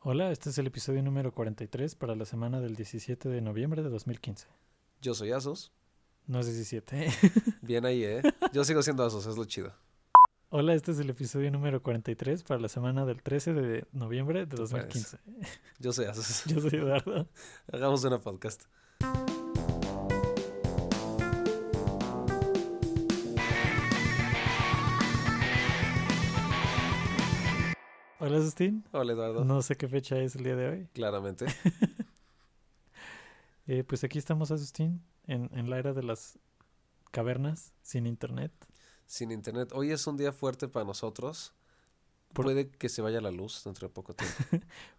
Hola, este es el episodio número 43 para la semana del 17 de noviembre de 2015. Yo soy Asos. No es 17. Bien ahí, ¿eh? Yo sigo siendo Asos, es lo chido. Hola, este es el episodio número 43 para la semana del 13 de noviembre de Tú puedes. 2015. Yo soy Asos. Yo soy Eduardo. Hagamos una podcast. Hola, Sustín. Hola, Eduardo. No sé qué fecha es el día de hoy. Claramente. Eh, pues aquí estamos, Asustín, en, en la era de las cavernas, sin internet. Sin internet. Hoy es un día fuerte para nosotros. Por- Puede que se vaya la luz dentro de poco tiempo.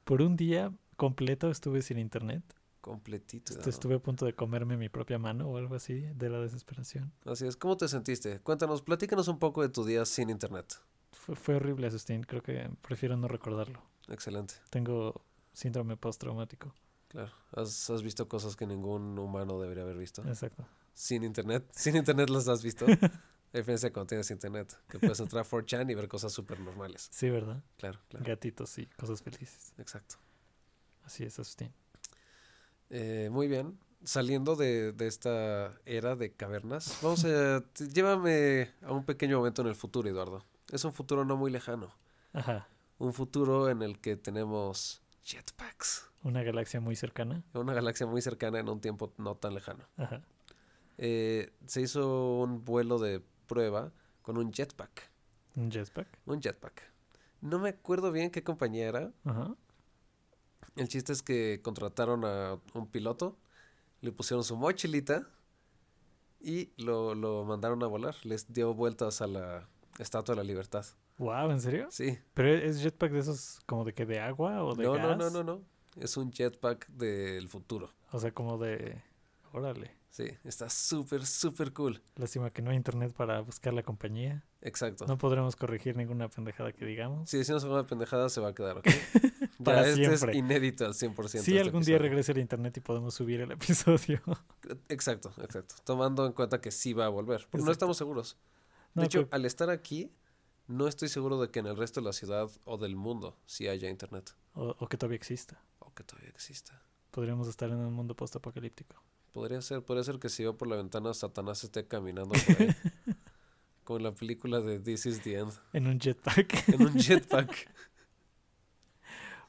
Por un día completo estuve sin internet. Completito. Est- Eduardo. Estuve a punto de comerme mi propia mano o algo así de la desesperación. Así es. ¿Cómo te sentiste? Cuéntanos, platícanos un poco de tu día sin internet. Fue, fue horrible, Asustín. Creo que prefiero no recordarlo. Excelente. Tengo síndrome postraumático. Claro. Has, has visto cosas que ningún humano debería haber visto. Exacto. Sin internet. Sin internet las has visto. La diferencia cuando tienes internet. Que puedes entrar a 4chan y ver cosas súper normales. Sí, ¿verdad? Claro, claro. Gatitos y cosas felices. Exacto. Así es, Asustín. Eh, muy bien. Saliendo de, de esta era de cavernas, vamos a. t- Llévame a un pequeño momento en el futuro, Eduardo. Es un futuro no muy lejano. Ajá. Un futuro en el que tenemos jetpacks. Una galaxia muy cercana. en Una galaxia muy cercana en un tiempo no tan lejano. Ajá. Eh, se hizo un vuelo de prueba con un jetpack. Un jetpack. Un jetpack. No me acuerdo bien qué compañía era. Ajá. El chiste es que contrataron a un piloto, le pusieron su mochilita y lo, lo mandaron a volar. Les dio vueltas a la Estatua de la Libertad. Wow, ¿en serio? Sí. Pero es jetpack de esos como de que de agua o de No, gas. no, no, no, no. Es un jetpack del futuro. O sea, como de... Órale. Sí, está súper, súper cool. Lástima que no hay internet para buscar la compañía. Exacto. No podremos corregir ninguna pendejada que digamos. Si decimos alguna pendejada, se va a quedar, ¿ok? Ya, Para este es siempre. inédito al 100%. Si este algún día episodio. regrese el internet y podemos subir el episodio. Exacto, exacto. Tomando en cuenta que sí va a volver. Porque Exacto. no estamos seguros. No, de hecho, creo- al estar aquí, no estoy seguro de que en el resto de la ciudad o del mundo sí haya internet. o, o que todavía exista. O que todavía exista. Podríamos estar en un mundo postapocalíptico. Podría ser, podría ser que si veo por la ventana Satanás esté caminando por ahí. como en la película de This is the End. En un jetpack. En un jetpack.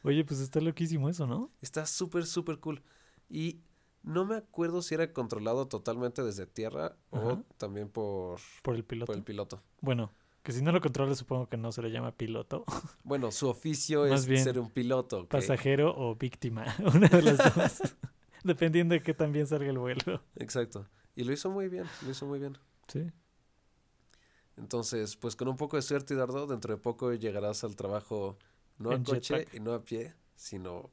Oye, pues está loquísimo eso, ¿no? Está súper, súper cool. Y no me acuerdo si era controlado totalmente desde tierra Ajá. o también por, Por el piloto. por el piloto. Bueno, que si no lo controla, supongo que no se le llama piloto, Bueno, su oficio Más es bien, ser un piloto. ok. pasajero o víctima, una de las dos. Dependiendo de que también salga el vuelo. Exacto. Y lo hizo muy bien, lo hizo muy bien. Sí. Entonces, pues con un poco de suerte, Eduardo, dentro de poco llegarás al trabajo no En a coche jetpack. y no a pie, sino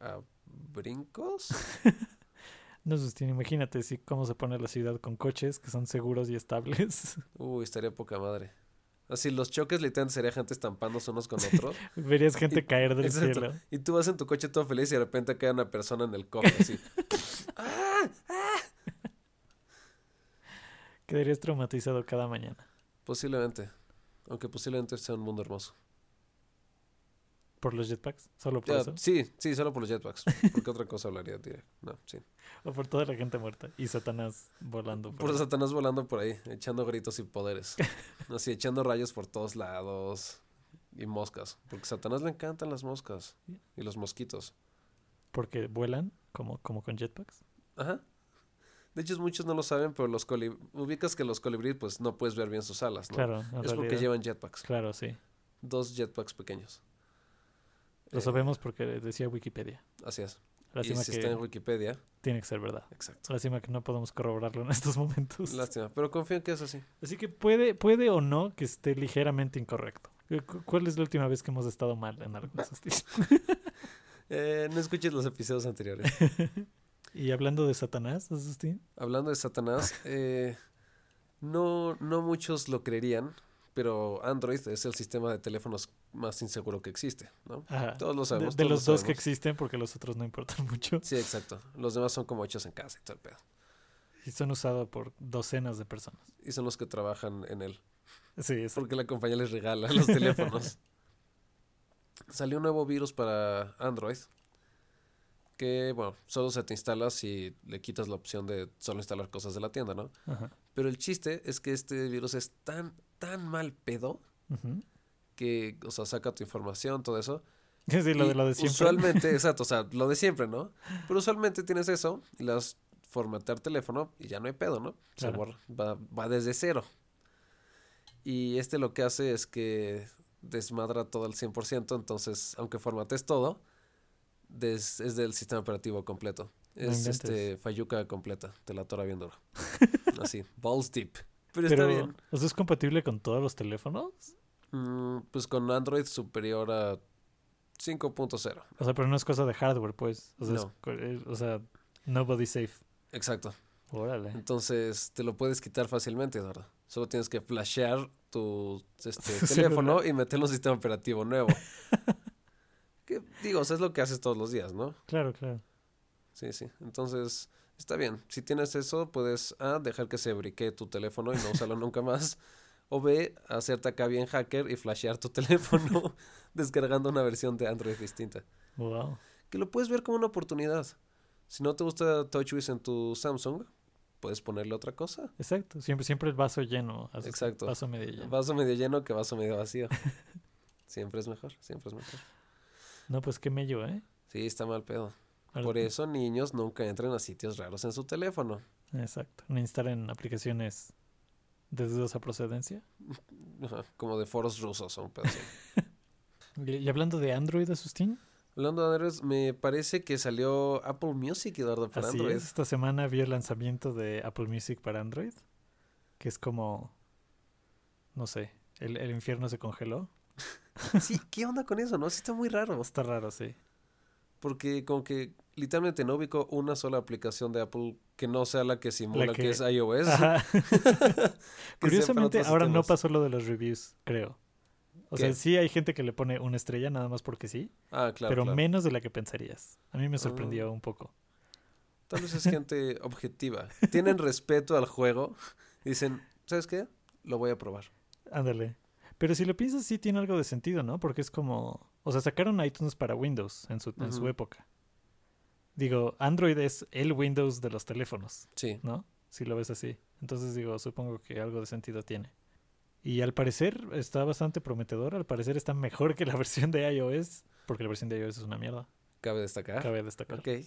a brincos. No, Sustín, imagínate si cómo se pone la ciudad con coches que son seguros y estables. Uy, estaría poca madre. Así los choques literalmente sería gente estampándose unos con otros. Verías gente caer del Exacto. cielo. Y tú vas en tu coche todo feliz y de repente cae una persona en el cofre así. Quedarías traumatizado cada mañana. Posiblemente. Aunque posiblemente sea un mundo hermoso. ¿Por los jetpacks? ¿Solo por Ya, eso? sí, sí, solo por los jetpacks. Porque otra cosa hablaría, diré. No, sí. ¿O por toda la gente muerta? Y Satanás volando. por Por ahí. Satanás volando por ahí, echando gritos y poderes. Así, echando rayos por todos lados. Y moscas. Porque a Satanás le encantan las moscas. Y los mosquitos. Porque vuelan como, como con jetpacks. Ajá. De hecho, muchos no lo saben, pero los colib... Ubicas que los colibríes, pues, no puedes ver bien sus alas, ¿no? Claro, en es porque realidad. llevan jetpacks. Claro, sí. Dos jetpacks pequeños. Lo Eh, sabemos porque decía Wikipedia. Así es. Lástima y si que está en Wikipedia. tiene que ser verdad. Exacto. Lástima que no podemos corroborarlo en estos momentos. Lástima. Pero confío en que es así. Así que puede, puede o no que esté ligeramente incorrecto. Eh, cu- ¿Cuál es la última vez que hemos estado mal en algo? Sustín? Eh, no escuches los episodios anteriores. y hablando de Satanás, Asustín, Hablando de Satanás, eh, no, no muchos lo creerían, pero Android es el sistema de teléfonos más inseguro que existe, ¿no? ajá, Todos lo Ah, de- sabemos. de, todos lo los dos que sabemos. existen, porque los otros no importan mucho, Sí, exacto. Los demás son como hechos en casa y todo el pedo. y son usados por docenas de personas. Y son los que trabajan en él. Sí, es- Porque la compañía les regala los teléfonos. salió un nuevo virus para Android. Que, bueno, solo se te instala si le quitas la opción de solo instalar cosas de la tienda, ¿no? Ajá. Pero el chiste es que este virus es tan, tan mal pedo Ujú. que, o sea, saca tu información, todo eso. Sí, lo Y de lo de siempre. Usualmente, exacto, o sea, lo de siempre, ¿no? Pero usualmente tienes eso y las formatear teléfono y ya no hay pedo, ¿no? Se Claro. borra, va, va desde cero. Y este lo que hace es que desmadra todo al 100%, entonces, aunque formates todo, des- es del sistema operativo completo. No Es inventes. este falluca completa, te la tora bien duro. Así, balls deep. Pero, está Pero, bien. o sea, ¿es compatible con todos los teléfonos? Mm, pues con Android superior a 5.0. O sea, pero no es cosa de hardware, pues. O sea, es No. co- eh, o sea nobody safe. Exacto. Órale. Entonces te lo puedes quitar fácilmente, Eduardo. Solo tienes que flashear tu este, Celular. teléfono y meterlo en un sistema operativo nuevo. que, digo, o sea, es lo que haces todos los días, ¿no? Claro, claro. Sí, sí. Entonces, está bien. Si tienes eso, puedes A, dejar que se briquee tu teléfono y no usarlo nunca más. O B, hacerte acá bien hacker y flashear tu teléfono descargando una versión de Android distinta. Wow. Que lo puedes ver como una oportunidad. Si no te gusta TouchWiz en tu Samsung, puedes ponerle otra cosa. Exacto. Siempre, siempre el vaso lleno. así, Exacto. Vaso medio lleno. Vaso medio lleno que vaso medio vacío. siempre es mejor, siempre es mejor. No, pues qué mello, ¿eh? Sí, está mal pedo. Ahora- Por eso niños nunca entren a sitios raros en su teléfono. Exacto. No instalen aplicaciones de dudosa procedencia. Ajá, Como de foros rusos o un pedo así. Y, y hablando de Android, Asustín. Hablando de Android, me parece que salió Apple Music, Eduardo, para Así Android. es. Esta semana vi el lanzamiento de Apple Music para Android. Que es como. No sé. El, el infierno se congeló. Sí, ¿qué onda con eso? No, sí está muy raro. Está raro, sí. Porque como que literalmente no ubico una sola aplicación de Apple que no sea la que simula que... que- es iOS. Ajá. Que sea para Curiosamente, otros ahora no sistemas. pasó lo de los reviews, creo. O ¿Qué? sea, sí hay gente que le pone una estrella nada más porque sí, Ah, claro. pero claro. Ah. menos de la que pensarías. A mí me sorprendió un poco. Tal vez es gente objetiva. Tienen respeto al juego. Dicen, ¿sabes qué? Lo voy a probar. Ándale. Pero si lo piensas, sí tiene algo de sentido, ¿no? Porque es como. O sea, sacaron iTunes para Windows en su, en su Ujú. época. Digo, Android es el Windows de los teléfonos. Sí. ¿no? Si lo ves así. Entonces digo, supongo que algo de sentido tiene. Y al parecer está bastante prometedor, al parecer está mejor que la versión de iOS, porque la versión de iOS es una mierda, Cabe destacar. cabe destacar. Ok. Eh,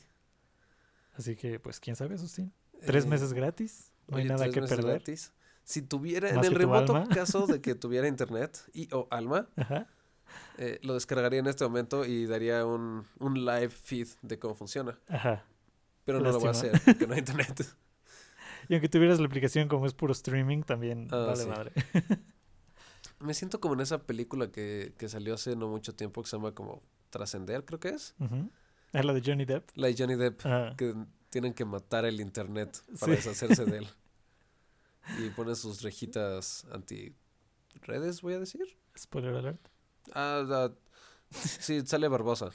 Así que, pues, quién sabe, Sustín. Tres meses gratis, no hay oye, nada tres que meses perder. gratis. Si tuviera, Más en el que tu remoto alma. caso de que tuviera internet y o alma, Ajá. eh, lo descargaría en este momento y daría un, un live feed de cómo funciona. Ajá. Pero no lo voy a Lástima. hacer porque no hay internet. Y aunque tuvieras la aplicación como es puro streaming, también Ah, vale sí. madre. Me siento como en esa película que, que salió hace no mucho tiempo que se llama como Trascender, creo que es. Ujú. Ah, la de Johnny Depp. La de Johnny Depp. Ah, que tienen que matar el internet Sí. para deshacerse de él. Y ponen sus rejitas anti redes, voy a decir. spoiler alert. Ah, ah, sí, sale Barbosa.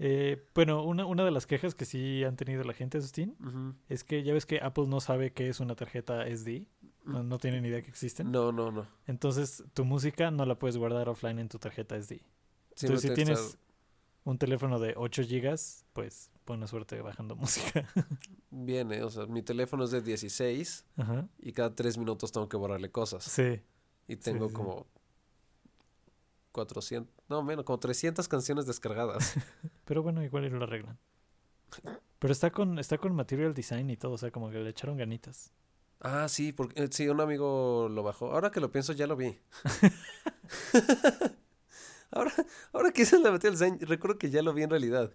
Eh, bueno, una, una de las quejas que sí han tenido la gente, Sustín, Ujú. es que ya ves que Apple no sabe qué es una tarjeta SD. No, no tienen ni idea que existen. No, no, no. Entonces, tu música no la puedes guardar offline en tu tarjeta SD. Sí, Entonces, si no te tienes está- un teléfono de 8 GB, pues buena suerte bajando música. Bien, eh, o sea, mi teléfono es de 16 Ajá. y cada tres minutos tengo que borrarle cosas. Sí. Y tengo sí. como 400, no menos, como 300 canciones descargadas. Pero bueno, igual y lo arreglan. Pero está con, está con material design y todo, o sea, como que le echaron ganitas. ah, sí, porque eh, sí, un amigo lo bajó. Ahora que lo pienso, ya lo vi. Ahora que hice la batalla del Zen, recuerdo que ya lo vi en realidad.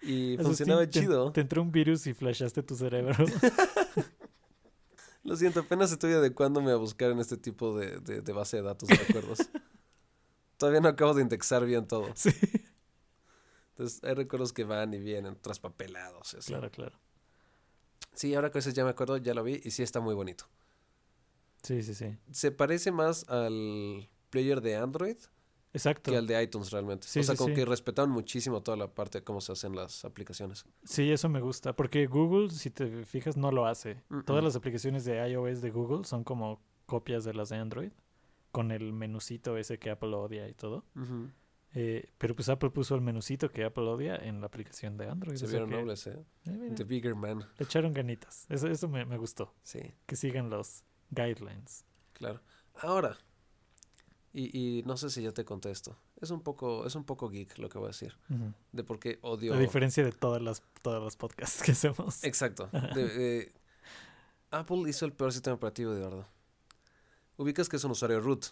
Y Asustín, funcionaba te- chido. Te, entró un virus y flashaste tu cerebro. Lo siento, apenas estoy adecuándome a buscar en este tipo de, de- de base de datos de recuerdos. Todavía no acabo de indexar bien todo. sí. Entonces, hay recuerdos que van y vienen traspapelados. y así. Claro, claro. Sí, ahora que a veces ya me acuerdo, ya lo vi y sí está muy bonito. Sí, sí, sí. Se parece más al player de Android Exacto. que al de iTunes realmente. Sí, o sea, sí, como sí. que respetaron muchísimo toda la parte de cómo se hacen las aplicaciones. Sí, eso me gusta. Porque Google, si te fijas, no lo hace. Todas Mm-mm. las aplicaciones de iOS de Google son como copias de las de Android. Con el menucito ese que Apple odia y todo. Eh, pero pues Apple puso el menucito que Apple odia en la aplicación de Android. Se o sea vieron que- nobles, ¿eh? eh, mira, The Bigger Man. le echaron ganitas. Eso, eso me, me gustó. Sí, Que sigan los guidelines. claro. Ahora, y, y no sé si ya te contesto. Es un poco, es un poco geek lo que voy a decir. Ujú. De por qué odio. A diferencia de todas las, todas las podcasts que hacemos. Exacto. De- de- Apple hizo el peor sistema operativo de verdad. Ubicas que es un usuario root,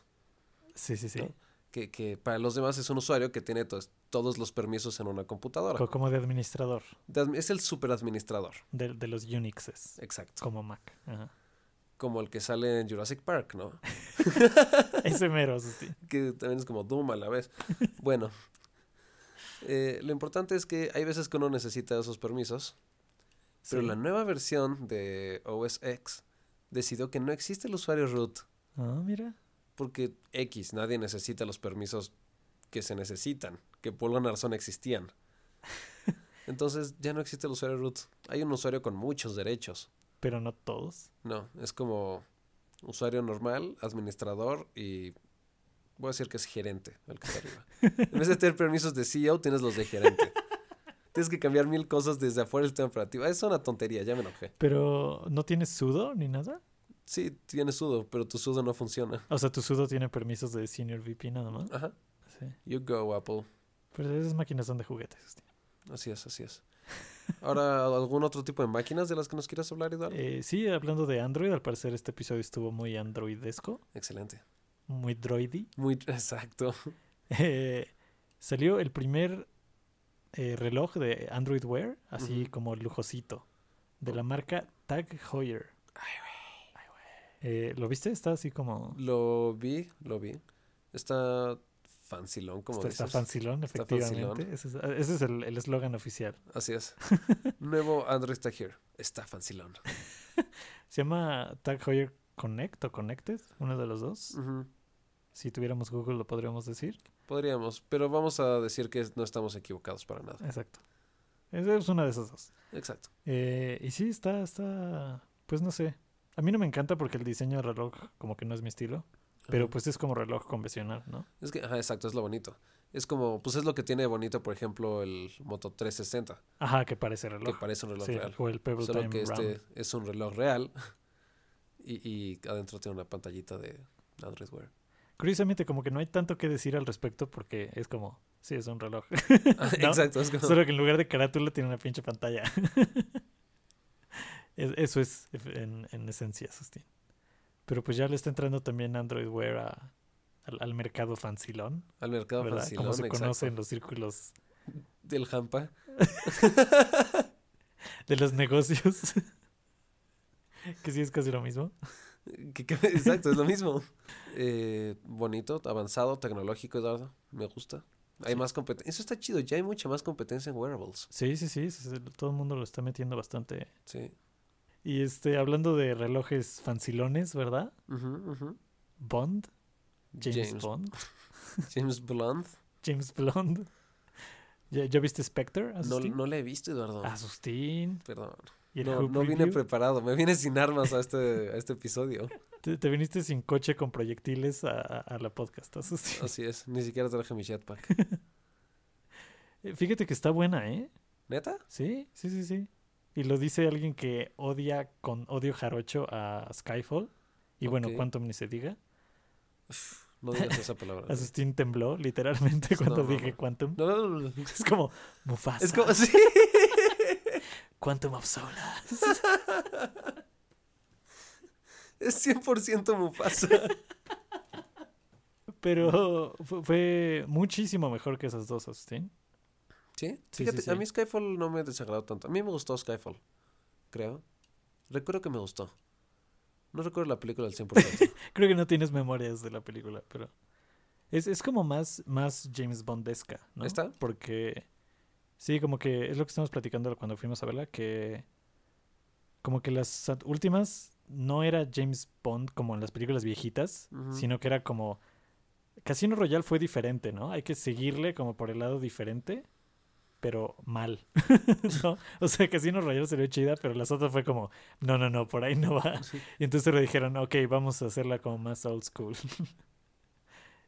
Sí, sí, sí. ¿no? que, que para los demás es un usuario que tiene tos- todos los permisos en una computadora. Co- Como de administrador De admi- Es el superadministrador. de, de los Unixes. Exacto. Como Mac. Ajá. Como el que sale en Jurassic Park, ¿no? Ese mero, eso sí. que también es como Doom a la vez. Bueno, eh, lo importante es que hay veces que uno necesita esos permisos, pero Sí. la nueva versión de OS X decidió que no existe el usuario root, Ah, mira. porque X, nadie necesita los permisos que se necesitan, que por alguna razón existían. Entonces ya no existe el usuario root. Hay un usuario con muchos derechos. Pero no todos. No, es como usuario normal, administrador y voy a decir que es gerente, el que está arriba. En vez de tener permisos de CEO, tienes los de gerente. Tienes que cambiar mil cosas desde afuera del sistema operativo. Ah, Es una tontería, ya me enojé. Pero no tienes sudo ni nada. Sí, tienes sudo, pero tu sudo no funciona. O sea, tu sudo tiene permisos de senior VP nada más. Ajá. Sí. You go, Apple. Pero esas máquinas son de juguetes. Justin. Así es, así es. Ahora, ¿algún otro tipo de máquinas de las que nos quieras hablar, Eduardo? Eh, sí, hablando de Android, al parecer este episodio estuvo muy androidesco, Excelente. muy droidy. Muy exacto. Eh, salió el primer eh, reloj de Android Wear, así Ujú. como lujosito, de la marca Tag Heuer. Ay, güey. Eh, ¿Lo viste? Está así como... Lo vi, lo vi. Está fancilón, como Está, está dices. fancilón, Está efectivamente. fancilón. Ese es, ese es el el eslogan oficial. Así es. Nuevo Android está here. Está fancilón. Se llama Tag Heuer Connect o Connected, uno de los dos. Ujú. Si tuviéramos Google lo podríamos decir. Podríamos, pero vamos a decir que no estamos equivocados para nada. Exacto. Esa es una de esas dos. Exacto. Eh, y sí, está, está, pues no sé. A mí no me encanta porque el diseño del reloj como que no es mi estilo, pero Ajá. pues es como reloj convencional, ¿no? Es que, ajá, exacto, es lo bonito. Es como, pues es lo que tiene de bonito, por ejemplo, el Moto 360, Ajá, que parece que reloj. parece un reloj Sí, real. o el Pebble Solo Time que este Round. es un reloj real y, y adentro tiene una pantallita de Android Wear. Curiosamente como que no hay tanto que decir al respecto porque es como, sí, es un reloj. Ah, ¿No? Exacto, es como, Solo que en lugar de carátula tiene una pinche pantalla. Es- Eso es en, en esencia, Sustín. Pero pues ya le está entrando también Android Wear a- al, al mercado fancilón, al mercado ¿verdad? fancilón, como se exacto, conoce en los círculos del Hampa. de los negocios. que sí es casi lo mismo. Que- que- exacto, es lo mismo. Eh, bonito, avanzado, tecnológico, Eduardo. Me gusta. Hay Sí. más competencia. Eso está chido. Ya hay mucha más competencia en wearables. Sí, sí, sí, sí, sí, todo el mundo lo está metiendo bastante. Sí. Y este, hablando de relojes fancilones, ¿verdad? Ujú, ujú. Bond, James, James, Bond, James Blunt. James Blonde. ¿Ya, ya viste Spectre, No, Asustín? no le he visto, Eduardo. Ah, Asustín. Perdón. ¿Y el No, Hoop no vine Review? preparado. Me vine sin armas a este, a este episodio. te, te viniste sin coche con proyectiles a, a- a la podcast, Asustín. Así es. Ni siquiera traje mi jetpack. Eh, Fíjate que está buena, ¿eh? ¿Neta? Sí, sí, sí, sí. Y lo dice alguien que odia con odio jarocho a Skyfall. Y bueno, Ok. Quantum ni se diga. No digas esa palabra. Asustín tembló literalmente cuando No, no, dije no. Quantum. No, no, no, no. Es como Mufasa. Es como. Sí. Quantum of Solace. Es 100% Mufasa. Pero fu- fue muchísimo mejor que esas dos, Asustín. ¿Sí? Sí, Fíjate, sí, a sí. mí Skyfall no me desagradó tanto. A mí me gustó Skyfall, creo. Recuerdo que me gustó. No recuerdo la película al 100%. Creo que no tienes memorias de la película, pero. Es, es como más, más James Bondesca, ¿no? ¿Está? Porque. Sí, como que es lo que estamos platicando cuando fuimos a verla, que. Como que las at- últimas no era James Bond como en las películas viejitas, Ujú. sino que era como. Casino Royale fue diferente, ¿no? Hay que seguirle como por el lado diferente, pero mal. ¿no? O sea, Casino Royale se ve chida, pero las otras fue como, no, no, no, por ahí no va. Sí. Y entonces le dijeron, ok, vamos a hacerla como más old school.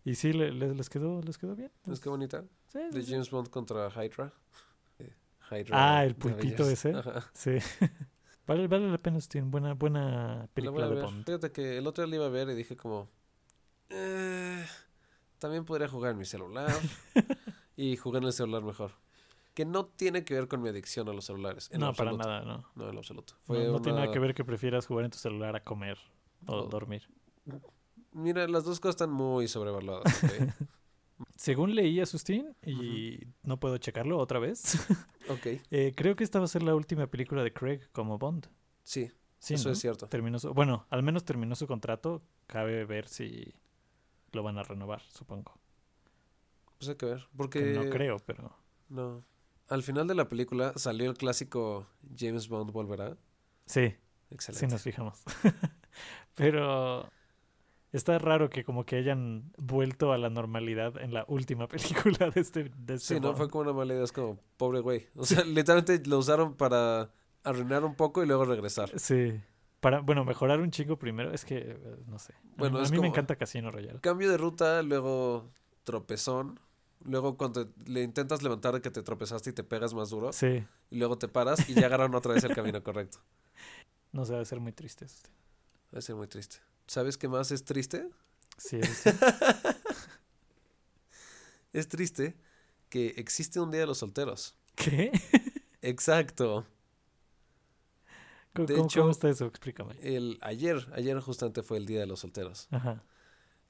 Y sí, le- le- les, quedó, les quedó bien. ¿Es que bonita? Sí, sí, De sí. James Bond contra Hydra. Eh, Hydra Ah, el de pulpito bellas. ese. Ajá. Sí. vale, vale la pena, Steven. Buena, buena La voy película a de ver. Bond. Fíjate que el otro día la iba a ver y dije como... "Eh, también podría jugar en mi celular. y jugué en el celular mejor. Que no tiene que ver con mi adicción a los celulares. en No, lo para absoluto. nada, no. No, en lo absoluto. No, Fue no tiene nada una- Oh. que ver que prefieras jugar en tu celular a comer o No. dormir. Mira, las dos cosas están muy sobrevaluadas. ok. Según leí a Sustin, y no puedo checarlo otra vez, Ok, eh, creo que esta va a ser la última película de Craig como Bond. sí, Sí, eso ¿no? es cierto. Terminó su- bueno, al menos terminó su contrato. Cabe ver si lo van a renovar, supongo. Pues hay que ver. Porque Que no creo, pero no. Al final de la película salió el clásico James Bond volverá. sí, sí Excelente. nos fijamos. pero está raro que como que hayan vuelto a la normalidad en la última película de este, de este Sí, no Bond. fue como una mala idea, es como pobre güey. O sea, literalmente lo usaron para arruinar un poco y luego regresar. Sí. Para, bueno, mejorar un chingo primero es que, eh, no sé. A Bueno, mí- a, es mí me como- encanta Casino Royale. Cambio de ruta, luego tropezón. Luego cuando le intentas levantar de que te tropezaste y te pegas más duro. Sí, Y luego te paras y ya agarran otra vez el camino correcto. no sé, debe ser muy triste eso. Va a ser muy triste. ¿Sabes qué más es triste? Sí, eso sí. Es triste que existe un día de los solteros. ¿Qué? Exacto. ¿Cómo, De cómo- hecho- cómo está eso? Explícame. El, ayer, ayer justamente fue el Día de los Solteros. Ajá.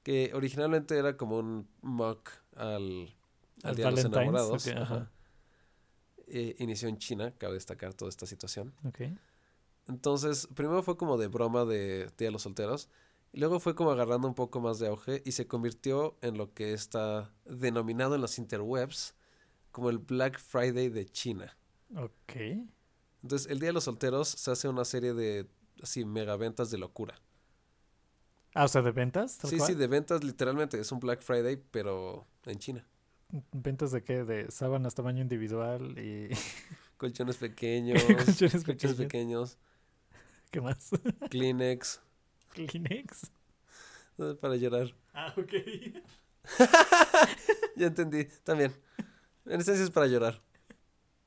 Que originalmente era como un mock al, al ¿Al Día de los Valentine's? Enamorados. Ok, ajá. ajá. Eh, inició en China, cabe destacar toda esta situación. Ok. Entonces, primero fue como de broma de Día de los Solteros. Y luego fue como agarrando un poco más de auge y se convirtió en lo que está denominado en las interwebs como el Black Friday de China. Ok. Entonces, el Día de los Solteros se hace una serie de así megaventas de locura. Ah, o sea, de ventas. tal Sí, cual? sí, de ventas literalmente. Es un Black Friday, pero en China. ¿Ventas de qué? De sábanas tamaño individual y. Colchones pequeños, colchones colchones pequeños, pequeños. ¿Qué más? Kleenex, Kleenex. eh, para llorar. Ah, ok. Ya entendí, también. En esencia es para llorar.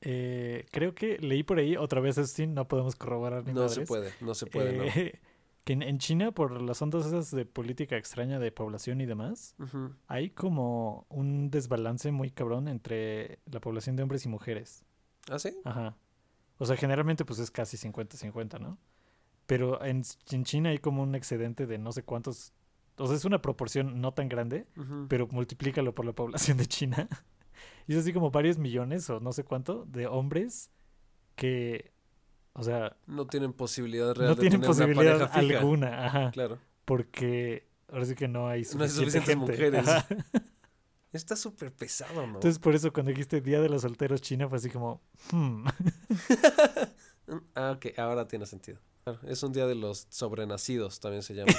Eh, creo que leí por ahí otra vez, eso sí, no podemos corroborar ni No se madres. puede, no se puede, no. Eh, Que en, en China, por las ondas esas de política extraña de población y demás, Ujú. hay como un desbalance muy cabrón entre la población de hombres y mujeres. ¿Ah, sí? Ajá. O sea, generalmente pues es casi 50-50, ¿no? Pero en, Ch- en China hay como un excedente de no sé cuántos... O sea, es una proporción no tan grande, Ujú. pero multiplícalo por la población de China. Y es así como varios millones o no sé cuánto de hombres que... O sea, No tienen posibilidad real no de tienen tener una posibilidad pareja fija. alguna. Ajá Claro. porque ahora sí que no hay No hay suficiente suficientes gente. mujeres. Ajá. Está súper pesado, ¿no? Entonces, por eso cuando dijiste Día de los Solteros China fue así como, hmm, Mm, Ah, ok, ahora tiene sentido. Claro, Es un día de los sobrenacidos, también se llama.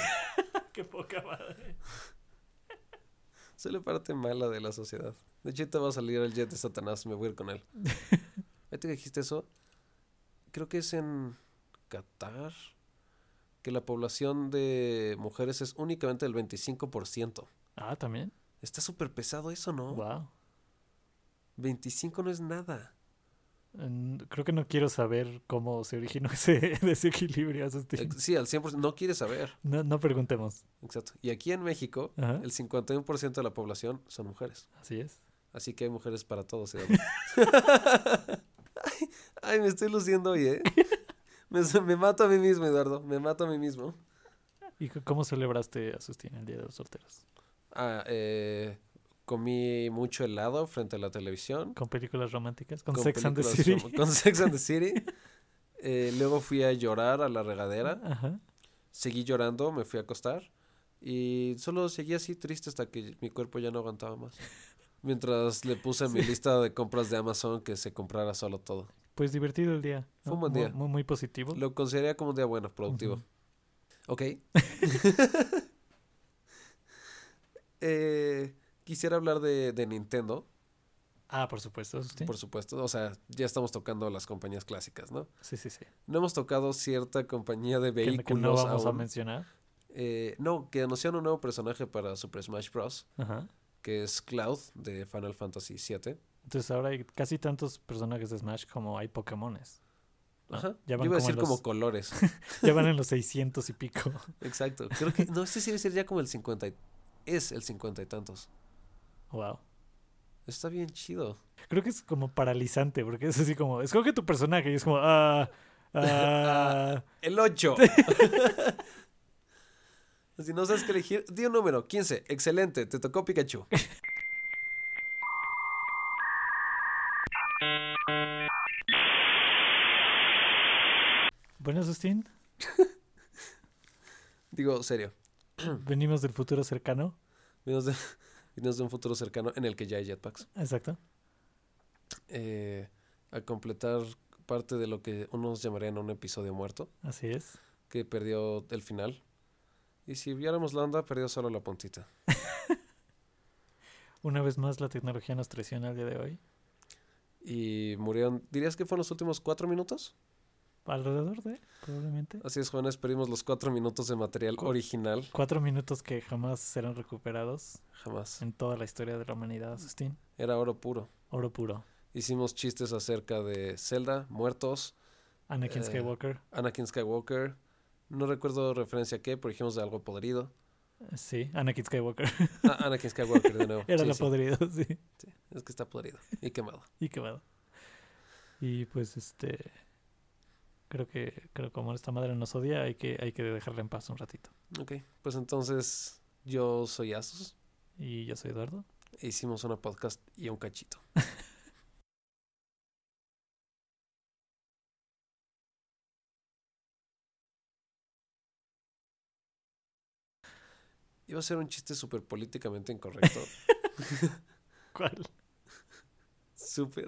qué poca madre. Soy la parte mala de la sociedad. De hecho, te va a salir el jet de Satanás, me voy a ir con él. Ahorita que dijiste eso, creo que es en Qatar, que la población de mujeres es únicamente el 25%. Ah, también. Está súper pesado eso, ¿no? Wow. 25 no es nada. Mm, Creo que no quiero saber cómo se originó ese desequilibrio. Asustín. Ex- Sí, al 100%, no quiere saber. No, no preguntemos. Exacto. Y aquí en México, Ajá, el 51% de la población son mujeres. así es. Así que hay mujeres para todos. Eduardo. ay, ay, me estoy luciendo hoy, ¿eh? Me, me mato a mí mismo, Eduardo. Me mato a mí mismo. ¿Y c- cómo celebraste, Asustín, el Día de los Solteros? Ah, eh, comí mucho helado frente a la televisión. ¿Con películas románticas? ¿Con, con Sex and the películas City? rom- Con Sex and the City. Eh, luego fui a llorar a la regadera. Ajá. Seguí llorando, me fui a acostar. Y solo seguí así triste hasta que mi cuerpo ya no aguantaba más. Mientras le puse a mi lista de compras de Amazon que se comprara solo todo. Pues divertido el día. Fue un buen Muy- día. Muy, muy positivo. Lo consideraría como un día bueno, productivo. Ujú. Ok. Eh, quisiera hablar de, de Nintendo, Ah, por supuesto, Asustín. por supuesto. O sea, ya estamos tocando las compañías clásicas, ¿no? Sí, sí, sí. No hemos tocado cierta compañía de Que- vehículos que no vamos a aún. mencionar. Eh, no, que anunciaron un nuevo personaje para Super Smash Bros. Ajá. Que es Cloud de Final Fantasy VII. Entonces ahora hay casi tantos personajes de Smash como hay Pokémones. Ah, Ajá. ya Yo van iba a como decir en los- como colores. Ya van en los 600 y pico. Exacto. Creo que, no sé si decir ya como el 50. y- Es el 50 y tantos. Wow. Está bien chido. Creo que es como paralizante, porque es así como, escoge tu personaje y es como, ah, ah, El 8. si no sabes qué elegir, di un número. 15. Excelente. Te tocó Pikachu. bueno, Sustín, Digo, serio. Mm. venimos del futuro cercano. Menos de, menos de un futuro cercano en el que ya hay jetpacks. Exacto. Eh, a completar parte de lo que unos llamarían un episodio muerto, Así es. que perdió el final. Y si viéramos la onda, perdió solo la puntita. Una vez más, la tecnología nos traiciona el día de hoy. Y murieron, dirías que fueron los últimos cuatro minutos. Alrededor de, probablemente, Así es, jóvenes, perdimos los cuatro minutos de material Cu- original. cuatro minutos que jamás serán recuperados Jamás. en toda la historia de la humanidad, Sustín. Era oro puro. Oro puro. Hicimos chistes acerca de Zelda, muertos, Anakin Eh, Skywalker. Anakin Skywalker. No recuerdo referencia a qué, pero dijimos de algo podrido. Sí, Anakin Skywalker. Ah, Anakin Skywalker de nuevo. Era Sí, la sí, podrida, sí. sí. Es que está podrido y quemado. Y quemado. Y pues este creo que creo que como esta madre nos odia, hay que hay que dejarla en paz un ratito. Ok, pues entonces yo soy Asus. Y yo soy Eduardo. e Hicimos una podcast y un cachito. Iba a ser un chiste súper políticamente incorrecto. ¿Cuál? Súper.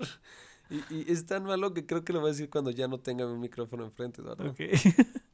Y, y es tan malo que creo que lo voy a decir cuando ya no tenga mi micrófono enfrente, Eduardo. Ok.